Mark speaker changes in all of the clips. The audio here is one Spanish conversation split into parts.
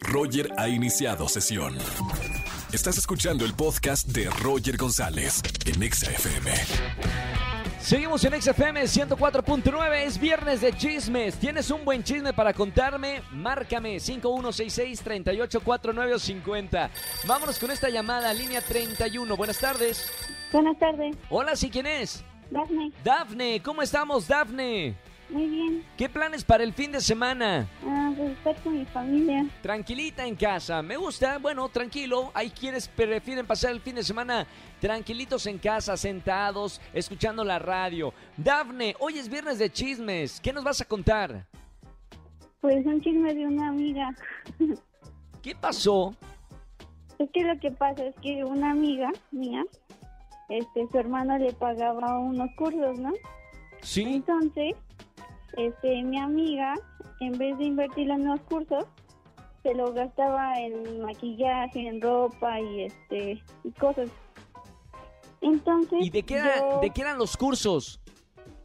Speaker 1: Roger ha iniciado sesión. Estás escuchando el podcast de Roger González en EXA-FM.
Speaker 2: Seguimos en XFM 104.9, es viernes de chismes. ¿Tienes un buen chisme para contarme? Márcame 5166-384950. Vámonos con esta llamada, línea 31. Buenas tardes.
Speaker 3: Buenas tardes,
Speaker 2: Hola, ¿sí quién es?
Speaker 3: Daphne.
Speaker 2: Dafne, ¿cómo estamos, Dafne?
Speaker 3: Muy bien.
Speaker 2: ¿Qué planes para el fin de semana?
Speaker 3: Ah, pues estar con mi familia.
Speaker 2: Tranquilita en casa, me gusta, bueno, tranquilo. Hay quienes prefieren pasar el fin de semana tranquilitos en casa, sentados, escuchando la radio. Dafne, hoy es viernes de chismes, ¿qué nos vas a contar?
Speaker 3: Pues un chisme de una amiga.
Speaker 2: ¿Qué pasó?
Speaker 3: Es que lo que pasa es que una amiga mía, este, su hermano le pagaba unos cursos, ¿no?
Speaker 2: Sí,
Speaker 3: Entonces, este, mi amiga, en vez de invertirlo en los cursos, se lo gastaba en maquillaje, en ropa y este y cosas. Entonces,
Speaker 2: ¿y de qué, era-
Speaker 3: yo-
Speaker 2: de qué eran los cursos?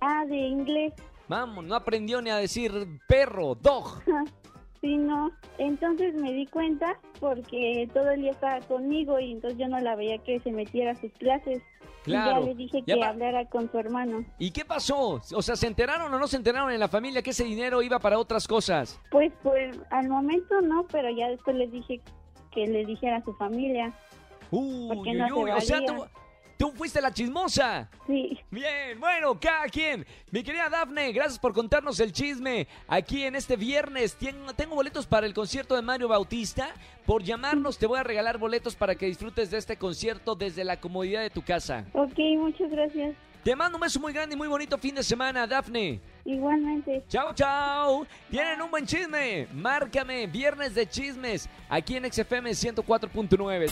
Speaker 3: Ah, de inglés.
Speaker 2: Vamos, no aprendió ni a decir perro, dog.
Speaker 3: Sí, no. Entonces me di cuenta porque todo el día estaba conmigo y entonces yo no la veía que se metiera a sus clases. Y
Speaker 2: Claro.
Speaker 3: Ya le dije
Speaker 2: Ya
Speaker 3: que
Speaker 2: pa-
Speaker 3: hablara con su hermano.
Speaker 2: ¿Y qué pasó? O sea, ¿se enteraron o no se enteraron en la familia que ese dinero iba para otras cosas?
Speaker 3: Pues, pues al momento no, pero ya después les dije que le dijera a su familia.
Speaker 2: Uy,
Speaker 3: ¿Por qué
Speaker 2: uy,
Speaker 3: no se
Speaker 2: uy, o sea,
Speaker 3: valía?
Speaker 2: tú, tú fuiste la chismosa.
Speaker 3: Sí,
Speaker 2: Bien, bueno, cada quien. Mi querida Dafne, gracias por contarnos el chisme. Aquí en este viernes Tien- tengo boletos para el concierto de Mario Bautista. Por llamarnos te voy a regalar boletos para que disfrutes de este concierto desde la comodidad de tu casa.
Speaker 3: ok, muchas gracias.
Speaker 2: Te mando un beso muy grande y muy bonito fin de semana, Dafne.
Speaker 3: Igualmente.
Speaker 2: Chao, chao. Tienen un buen chisme. Márcame, viernes de chismes, aquí en XFM 104.9.